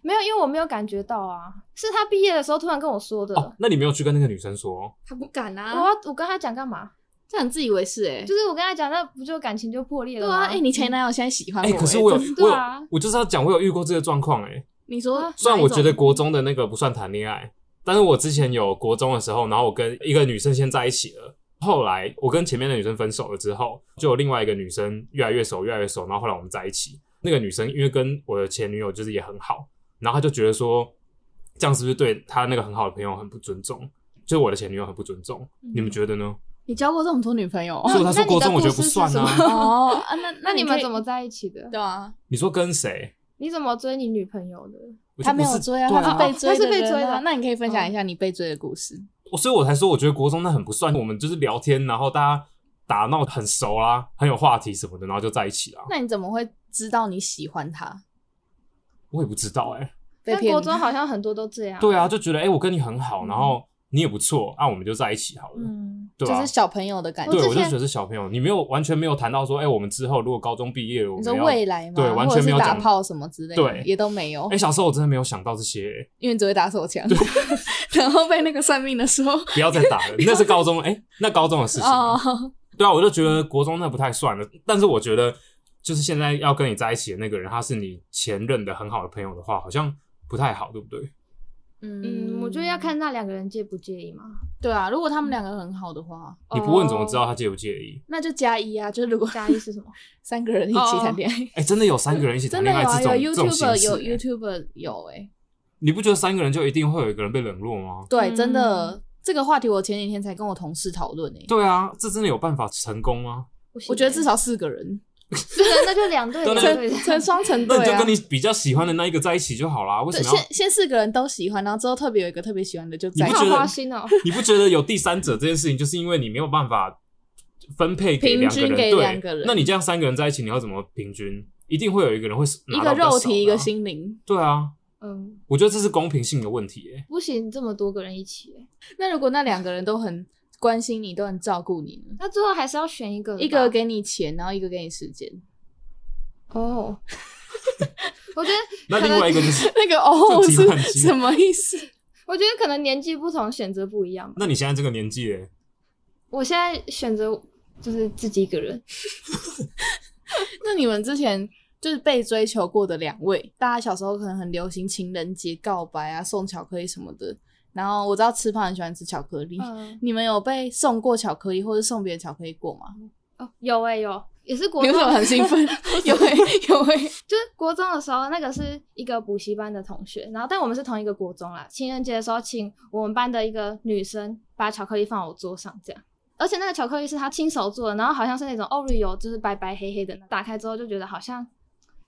A: 没有，因为我没有感觉到啊，是他毕业的时候突然跟我说的。
B: 哦，那你没有去跟那个女生说？哦
D: 他不敢
A: 我要我跟他讲干嘛？
D: 这很自以为是哎、
A: 啊就是我跟他讲，那不就感情就破裂
D: 对
A: 了
D: 啊，
A: 吗？
D: 哎、你前男友现在喜欢我、
B: 哎、
D: 欸，
B: 可是我有、
D: 真的
B: 我
A: 对
B: 有
A: 啊
B: 我就是要讲，我有遇过这个状况哎。
D: 你说哪一种，
B: 虽然我觉 得国中的那个不算谈恋爱，但是我之前有国中的时候，然后我跟一个女生先在一起了，后来我跟前面的女生分手了之后，就有另外一个女生越来越熟，越来越熟，然后后来我们在一起。那个女生因为跟我的前女友就是也很好，然后她就觉得说，这样是不是对她那个很好的朋友很不尊重？就是我的前女友很不尊重，你们觉得呢？
D: 你交过这么多女朋友哦
A: 嗯
B: 所以我才说
A: 那你的
B: 国中我觉得
A: 故
B: 不
A: 事是
B: 算
A: 什
B: 啊。
A: 么
D: 哦，啊那
A: 那你
D: 你可
A: 们
D: 以
A: 怎么在一起的？
D: 对啊？
B: 你说跟谁？
A: 你怎么追你女朋友的？
B: 我就
D: 他没
B: 不
D: 有
B: 是
D: 追啊，
B: 对
D: 他是被追、啊
A: 他是被追的嗯
D: 那你可以分享一下你被追的故事。
B: 我所以我才说，我觉得国中那很不算，我们就是聊天，然后大家打闹很熟啦，很有话题什么的，然后就在一起啊啦。
D: 那你怎么会知道你喜欢他？
B: 我也不知道哎、
D: 被
A: 但
D: 骗
A: 国中好像很多都这样。
B: 对啊，就觉得哎、欸我跟你很好，然后你也不错，啊那、我们就在一起好了，
A: 嗯，
B: 对
D: 就
B: 吧、
D: 是小朋友的感觉。
B: 对，
A: 我
B: 啊
A: 之
B: 我就
A: 前
B: 觉得是小朋友，你没有完全没有谈到说，哎、我们之后如果高中毕业了，我们
D: 你说
B: 要
D: 未来嘛，
B: 对完
D: 或者
B: 全没有
D: 是打
B: 讲
D: 炮什么之类的，
B: 对
D: 也都没有
B: 哎、，小时候我真的没有想到这些、欸
D: 因为你只会打手枪， 然后被那个算命的说
B: 欸不要再打了，那是高中，哎、那高中的事情啊、
D: 哦，
B: 对啊，我就觉得国中那不太算了。但是我觉得，就是现在要跟你在一起的那个人，他是你前任的很好的朋友的话，好像不太好，对不对？
A: 嗯，我觉得要看那两个人介不介意嘛。
D: 对啊，如果他们两个很好的话，
B: 你不问怎么知
D: 哦
B: 道他介不介意？
D: 那就加一啊。就是如果
A: 加一哦是什么？
D: 三个人一起谈恋爱，
B: 哎、真的有三个人一起谈
D: 真的
B: 恋
D: 有
B: 爱
D: 啊，
B: 这种、
D: 有
B: 这种形
D: YouTuber
B: 式、
D: 有
B: 欸
D: YouTuber 有哎、
B: 你不觉得三个人就一定会有一个人被冷落吗？
D: 对，真
A: 嗯
D: 的这个话题我前几天才跟我同事讨论哎，
B: 对啊，这真的有办法成功吗？
A: 不行
D: 我觉得 至少四个人，
A: 对那就两对
B: 对
A: 两
D: 成
A: 对
D: 成双成
B: 那
D: 对
B: 你就
D: 啊
B: 跟。你比较喜欢的那一个在一起就好啦。为
D: 对，
B: 什么要
D: 先先四个人都喜欢，然后之后特别有一个特别喜欢的就在
B: 你
D: 一
B: 不
D: 起
B: 觉
A: 好
B: 得
A: 花心哦。
B: 你不觉得有第三者这件事情，就是因为你没有办法分配给两个人，
D: 平均给
B: 对
D: 两个人
B: 那你这样三个人在一起，你要怎么平均？一定会有一个人会
D: 一
B: 拿
D: 个
B: 到比较少
D: 肉
B: 的啊
D: 体一个， 心灵。
B: 对啊，
A: 嗯，
B: 我觉得这是公平性的问题、欸。
A: 不行，这么多个人一起耶，
D: 那如果那两个人都很关心你，都很照顾你呢？
A: 那最后还是要选一个人吧
D: 一个给你钱，然后一个给你时间。
A: 哦。 我觉得
B: 那
A: 可
B: 另外一
A: 能，
B: 个就是，
D: 那个哦
B: 这几万
D: 是
B: 集
D: 什么意思？
A: 我觉得可能年纪不同，选择不一样吧。
B: 那你现在这个年纪、欸，
A: 我现在选择就是自己一个人，
D: 那你们之前就是被追求过的两位，大家小时候可能很流行情人节告白啊，送巧克力什么的。然后我知道吃胖很喜欢吃巧克力，
A: 嗯，
D: 你们有被送过巧克力或者送别人巧克力过吗？
A: 哦，有哎、有，也是国
D: 你
A: 中
D: 为什么很兴奋？有 欸有欸
A: 就是国中的时候，那个是一个补习班的同学，然后但我们是同一个国中啦。情人节的时候，请我们班的一个女生把巧克力放我桌上，这样。而且那个巧克力是她亲手做的，然后好像是那种 Oreo，就是白白黑黑的，打开之后就觉得好像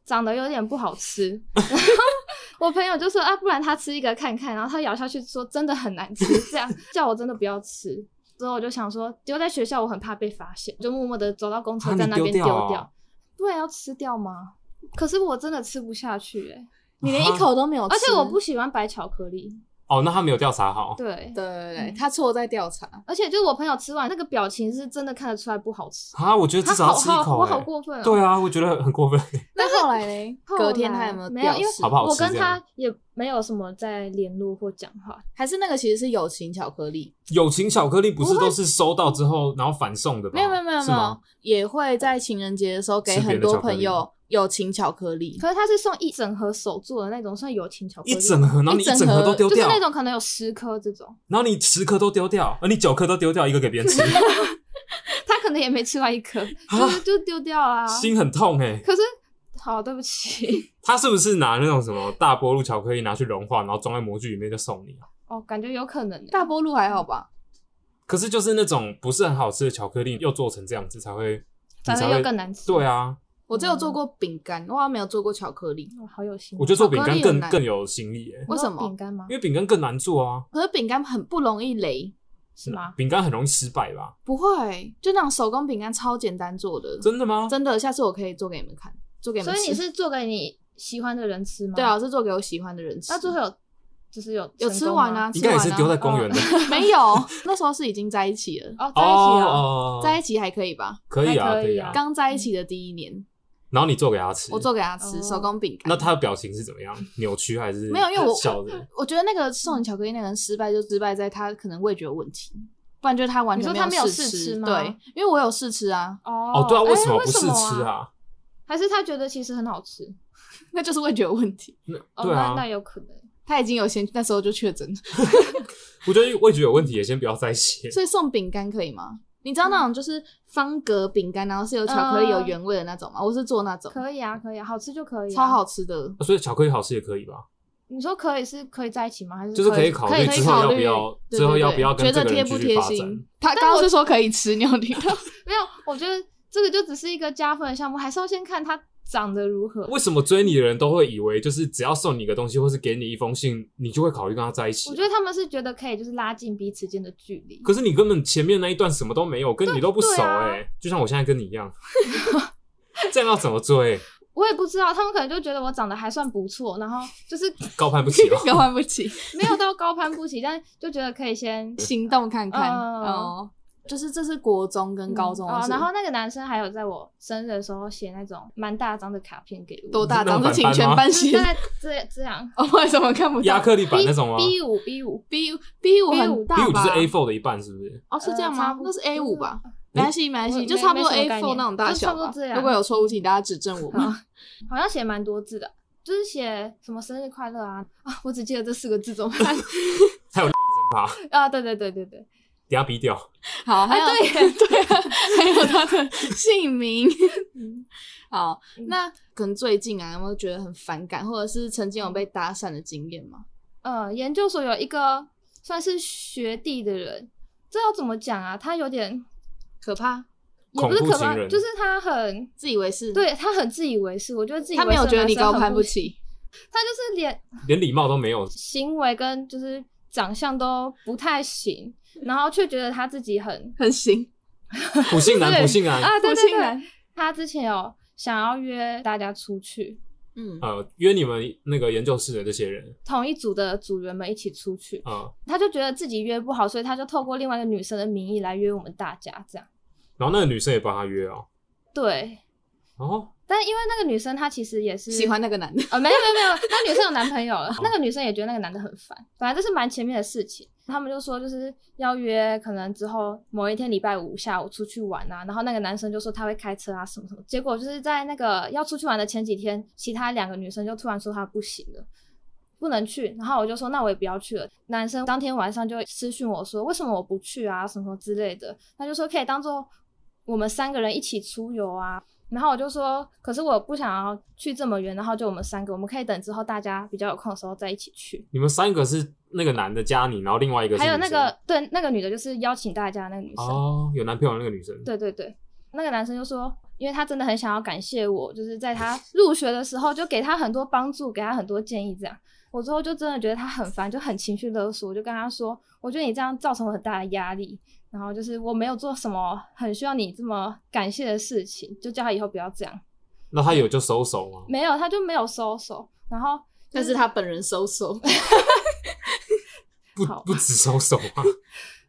A: 长得有点不好 吃。然后我朋友就说啊，不然他吃一个看看，然后他咬下去说真的很难吃，这样 叫我真的不要吃。之后我就想说丢在学校，我很怕被发现，就默默的走到公车
B: 啊
A: 站
B: 你
A: 那
B: 丢
A: 边丢
B: 掉哦
A: 掉。不然要吃掉吗？可是我真的吃不下去哎、
D: 你连一口都没有吃，
A: 而且我不喜欢白巧克力。
B: 哦，那他没有调查好，
A: 对，
D: 对对对，
A: 嗯
D: 他错在调查。
A: 而且就是我朋友吃完那个表情是真的看得出来不好吃，
B: 啊，我觉得
A: 他
B: 至少要
A: 好
B: 吃一
A: 好
B: 口、
A: 我
B: 欸，
A: 好过分、哦。
B: 对啊，我觉得很过分，
D: 那后来呢？
A: 后来
D: 隔天他有没有
A: 没
D: 掉
A: 有因为
D: 失
B: 好不好
A: 我
B: 吃这样
A: 跟他也没有什么在联络或讲话，
D: 还是那个其实是友情巧克力，
B: 友情巧克力不是都是收到之后然后反送
A: 哦
B: 的吧？
D: 没有没有没有
B: 是
D: 没有
B: 吗？，
D: 也会在情人节的时候给很多朋友友情巧克力。
A: 可是他是送一整盒手做的那种算友情巧克力
B: 一
A: 吗，
B: 整盒，然后你
D: 一整
B: 整盒都
D: 盒
B: 丢
A: 就是
B: 掉，
A: 那种可能有十颗这种，
B: 然后你十颗都丢掉，啊而你九颗都丢掉，一个给别 人吃，
A: 他可能也没吃完一颗，就
B: 啊
A: 是就丢掉啦。
D: 啊
B: 心很痛哎、
A: 可是好，对不起，
B: 他是不是拿那种什么大波露巧克力拿去融化，然后装在模具里面就送你啊？
A: 哦，感觉有可能欸、
D: 大波路还好吧？
B: 可是就是那种不是很好吃的巧克力，又做成这样子才会，
A: 反
B: 你
A: 正
B: 才会
A: 又更难吃。
B: 对啊，
D: 我只有
A: 嗯
D: 做过饼干，我好像没有做过巧克力。
A: 哇，好有心哦。
B: 我觉得做饼干
D: 巧克力
B: 更
D: 很难
B: 更有心力耶、
A: 你
D: 为
A: 说
D: 什么
A: 饼干吗
B: 因？为饼干更难做啊，
D: 可是饼干很不容易雷，
A: 是吗？
B: 饼干很容易失败吧？
D: 不会，就那种手工饼干超简单做的，
B: 真的吗？
D: 真的。下次我可以做给你们看，做给你
A: 所
D: 们吃。
A: 以你是做给你喜欢的人吃吗？
D: 对啊，我，是做给我喜欢的人吃。
A: 那最后有就是有
D: 有
A: 成
D: 吃
A: 功
D: 完
A: 吗
D: 啊，？
B: 应
D: 吃
B: 该也
D: 完
B: 是
D: 啊
B: 丢在公园的。
D: 没有，那时候是已经在一起了，
A: 哦，在
B: 哦
A: 一起啊，
B: 哦，
D: 在一起还可以吧？
B: 可以啊，
A: 还可以啊
B: 可以啊。
D: 刚在一起的第一年，
B: 然后你做给他吃，
D: 我做给他吃
A: 哦
D: 手工饼干。
B: 那他的表情是怎么样？扭曲还是
D: 没有，因为我
B: 笑的？
D: 我觉得那个送你巧克力那个人失败，就失败在他可能味觉有问题，不然就是他完
A: 你
D: 全
A: 说他没有
D: 试
A: 试吃吗
D: 对，因为我有试吃啊，
A: 哦
B: 哦，对啊，
A: 哎
B: 为
A: 为
B: 什么不
A: 什
B: 试吃
A: 啊？
B: 啊？
A: 还是他觉得其实很好吃？
D: 那就是味觉有问题。
B: 那
A: 哦，
B: 对
A: 那
B: 啊，
A: 那有可能。
D: 他已经有先那时候就确 诊了，
B: 我觉得味觉有问题，也先不要在一起。
D: 所以送饼干可以吗？你知道那种就是方格饼干，啊然后是有巧克力、
A: 嗯
D: 有原味的那种吗？我是做那种，
A: 可以啊，可以啊，好吃就可以。
D: 超好。吃的。
B: 所以巧克力好吃也可以吧，
A: 你说可以是可以在一起吗？还是
B: 就是
A: 可
B: 可以考
A: 考
B: 虑
D: 可以
B: 之后要
D: 考
B: 不
D: 虑
B: 要，
D: 对
B: 之后
D: 对
B: 要
D: 对
B: 不要跟
D: 觉
B: 这
D: 得
B: 个人
D: 贴不
B: 继续
D: 贴
B: 发展
D: 心？？他刚刚是说可以吃，你有听到？
A: 没有，我觉得这个就只是一个加分的项目，还是要先看他长得如何。
B: 为什么追你的人都会以为，就是只要送你一个东西，或是给你一封信，你就会考虑跟他在一起
A: 我？觉得他们是觉得可以，就是拉近彼此间的距离。
B: 可是你根本前面那一段什么都没有，跟你都不熟
A: 对啊
B: 哎、就像我现在跟你 一样，这样要怎么追？
A: 我也不知道，他们可能就觉得我长得还算不错，然后就是
B: 高攀不 起 哦。
D: 交换不起，
A: 没有到高攀不起，但就觉得可以先
D: 行动看看
A: 嗯
D: 哦。嗯就是这是国中跟高中的
A: 哦
D: 事、，
A: 然后那个男生还有在我生日的时候写那种蛮大张的卡片给我，
D: 多
B: 那
D: 大张
B: 种
D: 是请
B: 板
D: 全
B: 板吗
D: 班
A: 就是
D: 写？
A: 在这这样
D: 哦，为什么看不
B: 亚
D: 到
B: 克力板那种吗
A: B 五 B 五
D: B B 五
A: B5
D: 很大
B: ？B 五就
D: 吧
B: 是 A four 的一半，是不是？
D: 哦，是这样
A: 呃差
D: 吗
A: 不？多
D: 那是 A 五吧？
B: 没
D: 没关系，没关
A: 我
D: 系，
A: 没
D: 就差不
A: 没
D: 多
A: 什么
D: A
A: 概
D: four
A: 念
D: 那种大
A: 就差
D: 小
A: 不多
D: 吧
A: 这。样
D: 如果有错误，请大家指正我们。
A: 好像写蛮多字的，就是写什么生日快乐啊啊！我只记得这四个字，怎么办？
B: 还有真吧，等
A: 啊，对对对对对，
B: 一下逼掉。
D: 好，还有、
A: 啊对
D: 对啊，还有他 的姓名。好，
A: 嗯
D: 那可能最近啊，有没有觉得很反感，或者是曾经有被搭讪的经验吗？
A: 呃，研究所有一个算是学弟的人，这要怎么讲啊？他有点
D: 可怕，
A: 也不是
B: 恐怖
A: 可怕，
B: 情人
A: 就是他很
D: 自以为是，，
A: 对他很自以为是，我觉得自己
D: 他没有觉得你高攀不，起，
A: 他就是连
B: 连礼貌都没有，
A: 行为跟就是长相都不太行，然后却觉得他自己很
D: 很行。
B: 不信 男
A: 对
B: 不信男，
A: 啊，对对
D: 不信
A: 对
D: 男，
A: 他之前有想要约大家出去，
D: 嗯，
B: 呃，约你们那个研究室的这些人，
A: 同一组的组员们一起出去，
B: 啊，
A: 他就觉得自己约不好，所以他就透过另外一个女生的名义来约我们大家这样。
B: 然后那个女生也帮他约哦，
A: 对，
B: 哦，
A: 但因为那个女生她其实也是
D: 喜欢那个男的，
A: 呃，没有没有没有，那女生有男朋友了， 那个女生也觉得那个男的很烦，反正这是蛮前面的事情。他们就说就是要约，可能之后某一天礼拜五下午出去玩啊，然后那个男生就说他会开车啊什么什么，结果就是在那个要出去玩的前几天，其他两个女生就突然说她不行了。不能去，然后我就说那我也不要去了。男生当天晚上就私讯我说为什么我不去啊，什么什么之类的。他就说可以当做我们三个人一起出游啊，然后我就说，可是我不想要去这么远，然后就我们三个，我们可以等之后大家比较有空的时候再一起去。
B: 你们三个是那个男的加你，然后另外一个是
A: 还有
B: 女
A: 那
B: 生
A: 个对那个女的，就是邀请大家的那个女生，
B: 哦，有男朋友的那个女生，
A: 对对对，那个男生就说，因为他真的很想要感谢我，就是在他入学的时候就给他很多帮助，给他很多建议这样。我之后就真的觉得他很烦，就很情绪勒索，我就跟他说，我觉得你这样造成我很大的压力，然后就是我没有做什么很需要你这么感谢的事情，就叫他以后不要这样。
B: 那他有就收手吗？
A: 没有，他就没有收手，然后
D: 但是他本人收 手，
B: 不
A: 好
B: 不止收手啊，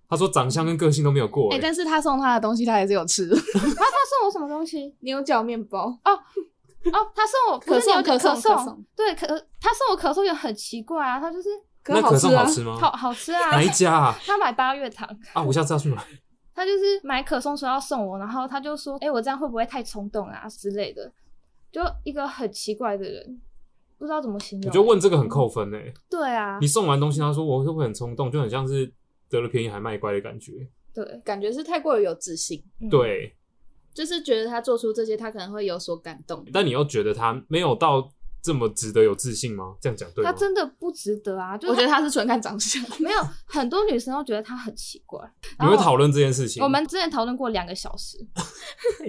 B: 他说长相跟个性都没有过、
D: 哎、
B: 欸，
D: 但是他送他的东西，他还是有吃的，
A: 他送我什么东西？
D: 牛角面包，
A: 哦，他送我
D: 可
A: 不是牛
D: 颂可
A: 可
D: 颂可颂
A: 对，可他送我可颂也很奇怪啊，他就是
B: 那可颂
D: 是
B: 好
D: 好
B: 吃吗？
A: 好好吃 啊
B: 哪，一家啊？
A: 他买八月堂，
B: 啊，我下次 要去买。
A: 他就是买可颂说要送我，然后他就说，哎、我这样会不会太冲动啊之类的，就一个很奇怪的人，不知道怎么形容。
B: 我觉得问这个很扣分诶、欸
A: 对啊
B: 你，送完东西，他说我会不会很冲动，就很像是得了便宜还卖乖的感觉。
A: 对、
D: 感觉是太过于有自信，
A: 嗯，
B: 对，
D: 就是觉得他做出这些，他可能会有所感动。
B: 但你又觉得他没有到这么值得有自信吗？这样讲对
A: 他
B: 吗？
A: 真的不值得啊，就
D: 我觉得
A: 是
D: 他是纯看长 相，
A: 没有很多女生都觉得他很奇怪。
B: 你
A: 然后
B: 会讨论这件事情？
A: 我们之前讨论过两个小时，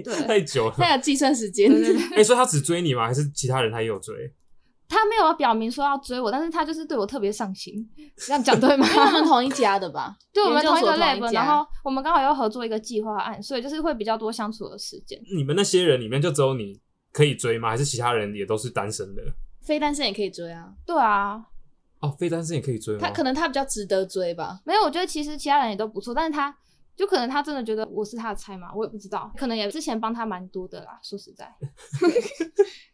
A: 对
B: 太久了。
D: 他有计算时间。
B: 哎、所以他只追你吗？还是其他人他也有追？
A: 他没有表明说要追我，但是他就是对我特别上心， 这样讲对吗？
D: 因为我 们同一家的吧？
A: 对，我们
D: 研究
A: 同一
D: 所
A: 个
D: 同一
A: lab，
D: 家
A: 然后我们刚好又合作一个计划案，所以就是会比较多相处的时间。
B: 你们那些人里面就只有你可以追吗？还是其他人也都是单身的？
D: 非单身也可以追啊，
A: 对啊，
B: 哦，非单身也可以追吗？
D: 他可能他比较值得追吧。
A: 没有，我觉得其实其他人也都不错，但是他就可能他真的觉得我是他的菜嘛，我也不知道，可能也之前帮他蛮多的啦。说实在，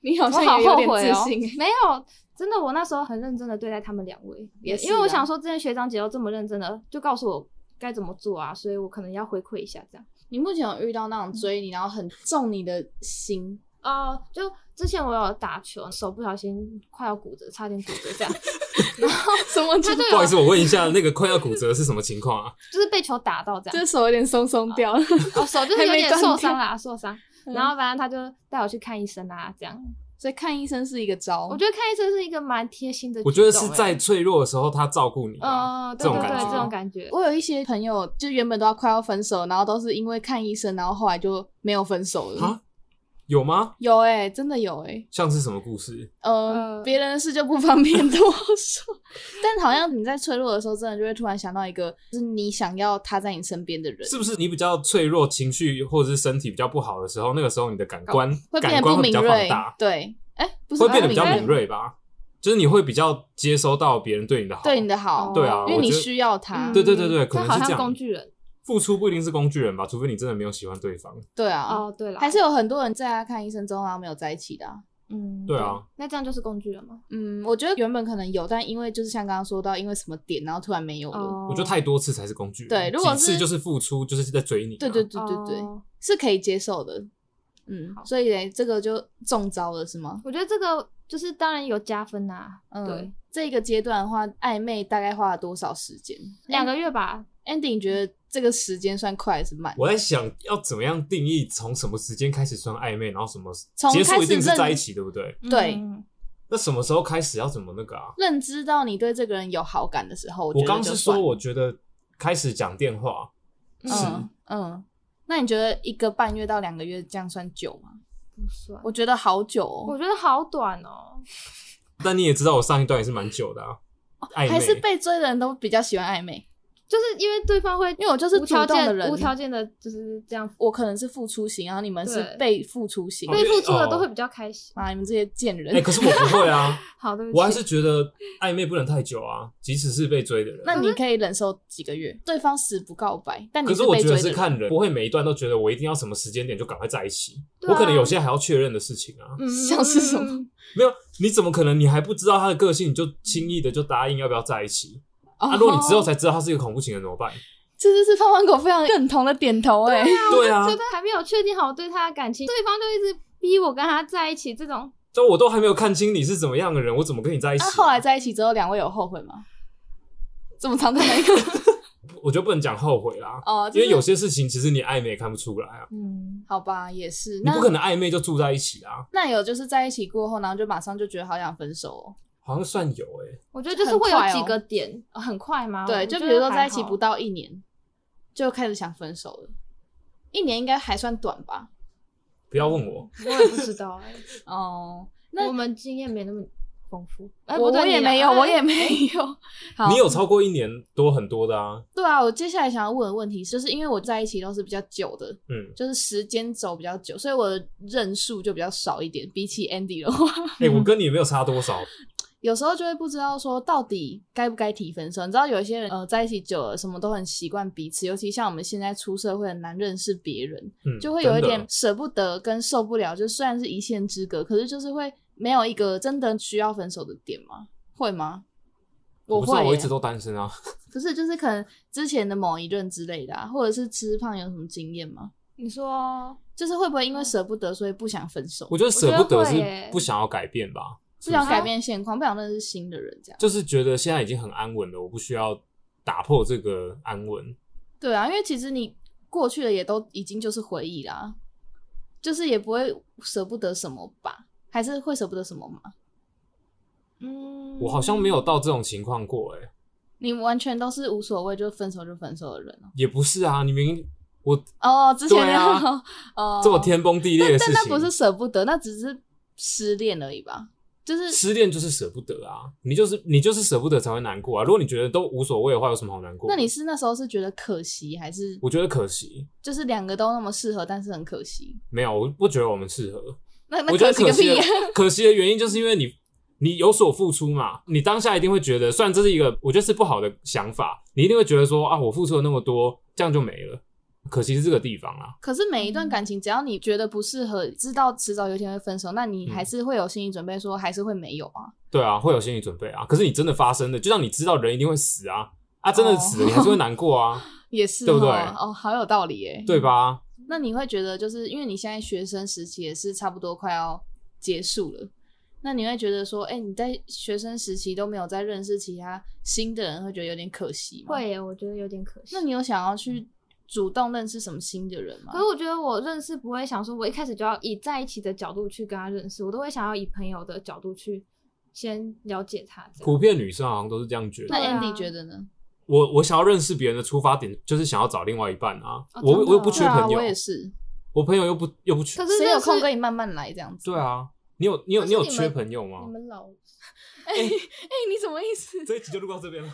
D: 你 好
A: 我
D: 像
A: 好
D: 也有
A: 后
D: 点
A: 悔
D: 自
A: 哦、
D: 信，
A: 没有。真的，我那时候很认真的对待他们两位，
D: 也是啊
A: 因为我想说，之前学长姐都这么认真的，就告诉我该怎么做啊，所以我可能要回馈一下这样。
D: 你目前有遇到那种追你，然后很中你的心，
A: 哦，就之前我有打球，手不小心快要骨折，差点骨折这样，
D: 什么就
A: 他就
B: 不好
A: 有
B: 意思，我问一下，那个快要骨折是什么情况 啊？
A: 就是被球打到这样，
D: 这手有点松松掉了。
A: 哦，手就是有
D: 还没
A: 点
D: 断
A: 受
D: 掉
A: 伤啦，受伤。
D: 嗯
A: 然后反正他就带我去看医生啊，这样。
D: 所以看医生是一个招，
A: 我觉得看医生是一个蛮贴心的举动
B: 我
A: 欸，
B: 觉得是在脆弱的时候他照顾你吧，
D: 嗯
A: 呃，对
B: 这种
A: 对
B: 感
A: 对，这种
B: 觉。啊
A: 感觉。
D: 我有一些朋友，就原本都要快要分手，然后都是因为看医生，然后后来就没有分手了
B: 啊。有吗？
D: 有哎、真的有哎、
B: 像是什么故事？
D: 呃，
A: 呃
D: 别、人的事就不方便多说。 但好像你在脆弱的时候，真的就会突然想到一个，就是你想要他在你身边的人，
B: 是不是你比较脆弱，情绪或者是身体比较不好的时候，那个时候你的感官
D: 哦会变
B: 感
D: 得
B: 官
D: 不
B: 会比
D: 敏
B: 较放
D: 锐
B: 大。，
D: 对，哎、不是
B: 会变得比较
A: 不
B: 敏，锐吧？就是你会比较接收到别人对你的好，
D: 对你的好，
B: 对啊，
D: 因为
B: 我
D: 你
B: 觉得
D: 需要他。
A: 嗯
B: 对对对对
A: 他
B: 可能
A: 好
B: 是这
A: 像
B: 样
A: 工具人，
B: 付出不一定是工具人吧，除非你真的没有喜欢对方。
D: 对啊，
A: 哦，对了，
D: 还是有很多人在他看医生之后，然后没有在一起的啊、
A: 嗯，
B: 对啊，
A: 那这样就是工具人吗？
D: 嗯，我觉得原本可能有，但因为就是像刚刚说到，因为什么点，然后突然没有了。
A: 哦，
B: 我觉得太多次才是工具人，
D: 对如果
B: 几次
D: 是
B: 就是付出，就是在追你啊、
D: 对对对对对，
A: 哦
D: 是可以接受的。嗯，所以嘞，这个就中招了是吗？
A: 我觉得这个就是当然有加分啊呐、
D: 嗯，
A: 对，
D: 这个阶段的话，暧昧大概花了多少时间？
A: 两个月吧，
D: Andy，你觉得这个时间算快还是慢？
B: 我在想要怎么样定义从什么时间开始算暧昧，然后什么
D: 从
B: 结束
D: 开
B: 一
D: 始
B: 定是
D: 认
B: 在一起，对不对？
D: 对
A: 嗯
B: 那什么时候开始要怎么那个啊？
D: 认知到你对这个人有好感的时候，觉
B: 我
D: 得
B: 刚
D: 就是算
B: 说，我觉得开始讲电话，是
D: 嗯嗯，那你觉得一个半月到两个月这样算久吗？
A: 不算，
D: 我觉得好久
A: 我
D: 哦，
A: 觉得好短哦，
B: 但你也知道我上一段也是蛮久的啊，暧
D: 还是
B: 昧。
D: 被追的人都比较喜欢暧昧。
A: 就是因为对方会，
D: 因为我就是
A: 无条
D: 主动的
A: 件
D: 人
A: 无条件的，就是这样，
D: 我可能是付出型，然后你们是
A: 对
D: 被付出型
B: 我
A: 被
B: 觉得
A: 付出的
B: 哦
A: 都会比较开心。
D: 啊！你们这些贱人。
B: 哎、可是我不会 啊，
A: 好，对不起，
B: 我还是觉得暧昧不能太久啊，即使是被追的人。
D: 那你可以忍受几个月，对方死不告白，但你
B: 可是我
D: 被
B: 觉
D: 追
B: 得
D: 的
B: 是
D: 人。
B: 看人，不会每一段都觉得我一定要什么时间点就赶快在一起。
A: 对啊
B: 我可能有些还要确认的事情啊，
A: 嗯
D: 像是什么？
A: 嗯
B: 没有，你怎么可能你还不知道他的个性，你就轻易的就答应要不要在一起？
D: 哦
B: 啊，如果你之后才知道他是一个恐怖情人怎么办？
D: 这就是胖胖狗非常认同的点头哎、
B: 对啊
A: 觉，得嗯还没有确定好对他的感情，对方就一直逼我跟他在一起，这种
B: 但我都还没有看清你是怎么样的人，我怎么跟你在一起
D: 那、？啊后来在一起之后，两位有后悔吗？这么长的那个
B: 我觉得不能讲后悔啦，
D: 哦，
B: 因为有
D: 就是
B: 些事情其实你暧昧也看不出来啊，
A: 嗯，
D: 好吧，也是
B: 你
D: 那
B: 不可能暧昧就住在一起啊，
D: 那有就是在一起过后，然后就马上就觉得好想分手哦。
B: 好像算有欸诶、
A: 我觉得就是会有
D: 很快哦
A: 几个点呃很快吗？
D: 对，
A: 我
D: 就
A: 觉
D: 比
A: 得
D: 如说
A: 还
D: 在一起
A: 好
D: 不到一年，就开始想分手了。一年应该还算短吧？
B: 不要问我，
A: 我也不知道哎、
D: 哦， 那
A: 我们经验没那么丰富。哎、不
D: 我
A: 对
D: 我也
A: 你啊
D: 没有，
A: 哎
D: 我 也没有。嗯好
B: 你有超过一年多很多的啊，
D: 对啊，我接下来想要问的问题，就是因为我在一起都是比较久的，
B: 嗯，
D: 就是时间轴比较久，所以我的认数就比较少一点。比起 Andy 的话，
B: 哎、我跟你没有差多少，
D: 有时候就会不知道说到底该不该提分手。你知道有一些人呃在一起久了，什么都很习惯彼此，尤其像我们现在出社会很难认识别人，
B: 嗯，
D: 就会有
B: 真
D: 一
B: 的
D: 点舍不得跟受不了。就虽然是一线之隔，可是就是会没有一个真的需要分手的点吗？会吗？
B: 我不知
D: 会
B: 道，
D: 耶、
B: 我一直都单身啊，
D: 不是，就是可能之前的某一任之类的、啊，或者是吃胖有什么经验吗？
A: 你 说
D: 就是会不会因为舍不得，所以不想分手，
B: 我觉得舍不
A: 我
B: 得
A: 觉得会
B: 是
A: 耶
B: 不想要改变吧，
D: 不想改变现况，不想认识新的人，这样？
B: 就是觉得现在已经很安稳了，我不需要打破这个安稳。
D: 对啊，因为其实你过去的也都已经就是回忆啦，就是也不会舍不得什么吧？还是会舍不得什么吗？
A: 嗯，
B: 我好像没有到这种情况过、欸，
D: 你完全都是无所谓，就分手就分手的人哦。
B: 也不是啊，你明明我
D: 哦，之前
B: 对啊
D: 哦，
B: 这么天崩地裂
D: 但
B: 的事
D: 但
B: 情，
D: 那不是舍不得，那只是失恋而已吧？就是
B: 失恋就是舍不得啊，你就是你就是舍不得才会难过啊。如果你觉得都无所谓的话，有什么好难过？
D: 那你是那时候是觉得可惜，还是
B: 我觉得可惜，
D: 就是两个都那么适合，但是很可惜？
B: 没有，我不觉得我们适合。
D: 那那
B: 我觉得
D: 惜
B: 可
D: 个
B: 惜
D: 屁啊
B: 的
D: 呀、
B: 可惜的原因就是因为你你有所付出嘛，你当下一定会觉得，虽然这是一个我觉得是不好的想法，你一定会觉得说啊，我付出了那么多，这样就没了。可惜是这个地方啊，
D: 可是每一段感情，只要你觉得不适合，知道迟早有一天会分手，那你
B: 嗯
D: 还是会有心理准备，说还是会没有啊。
B: 对啊，会有心理准备啊。可是你真的发生的，就像你知道人一定会死啊，啊，真的死了，你还是会难过啊，
D: 也是，
B: 对不对
D: 哦，好有道理耶。
B: 对？吧？
D: 那你会觉得，就是因为你现在学生时期也是差不多快要结束了，那你会觉得说，哎、你在学生时期都没有再认识其他新的人，会觉得有点可惜吗？。
A: 会耶，我觉得有点可惜。
D: 那你有想要去主动认识什么新的人吗
A: 可？是我觉得我认识不会想说，我一开始就要以在一起的角度去跟他认识，我都会想要以朋友的角度去先了解他。这样
B: 普遍女生好像都是这样觉
D: 那
B: 得。
A: 对啊
D: Andy 觉得呢？
B: 我我想要认识别人的出发点就是想要找另外一半啊，
A: 哦
B: 我
A: 真的
B: 我又不缺
D: 对啊，
B: 朋友，
D: 我也是。
B: 我朋友又不又不缺
A: 可，是
D: 谁
A: 认
D: 有
A: 识
D: 空跟你慢慢来这样子？
B: 对。啊，你有你有
A: 可是
B: 有
A: 你们
B: 缺朋友吗
A: 你？们老
D: 哎、你什么意思？
B: 这一集就录到这边了。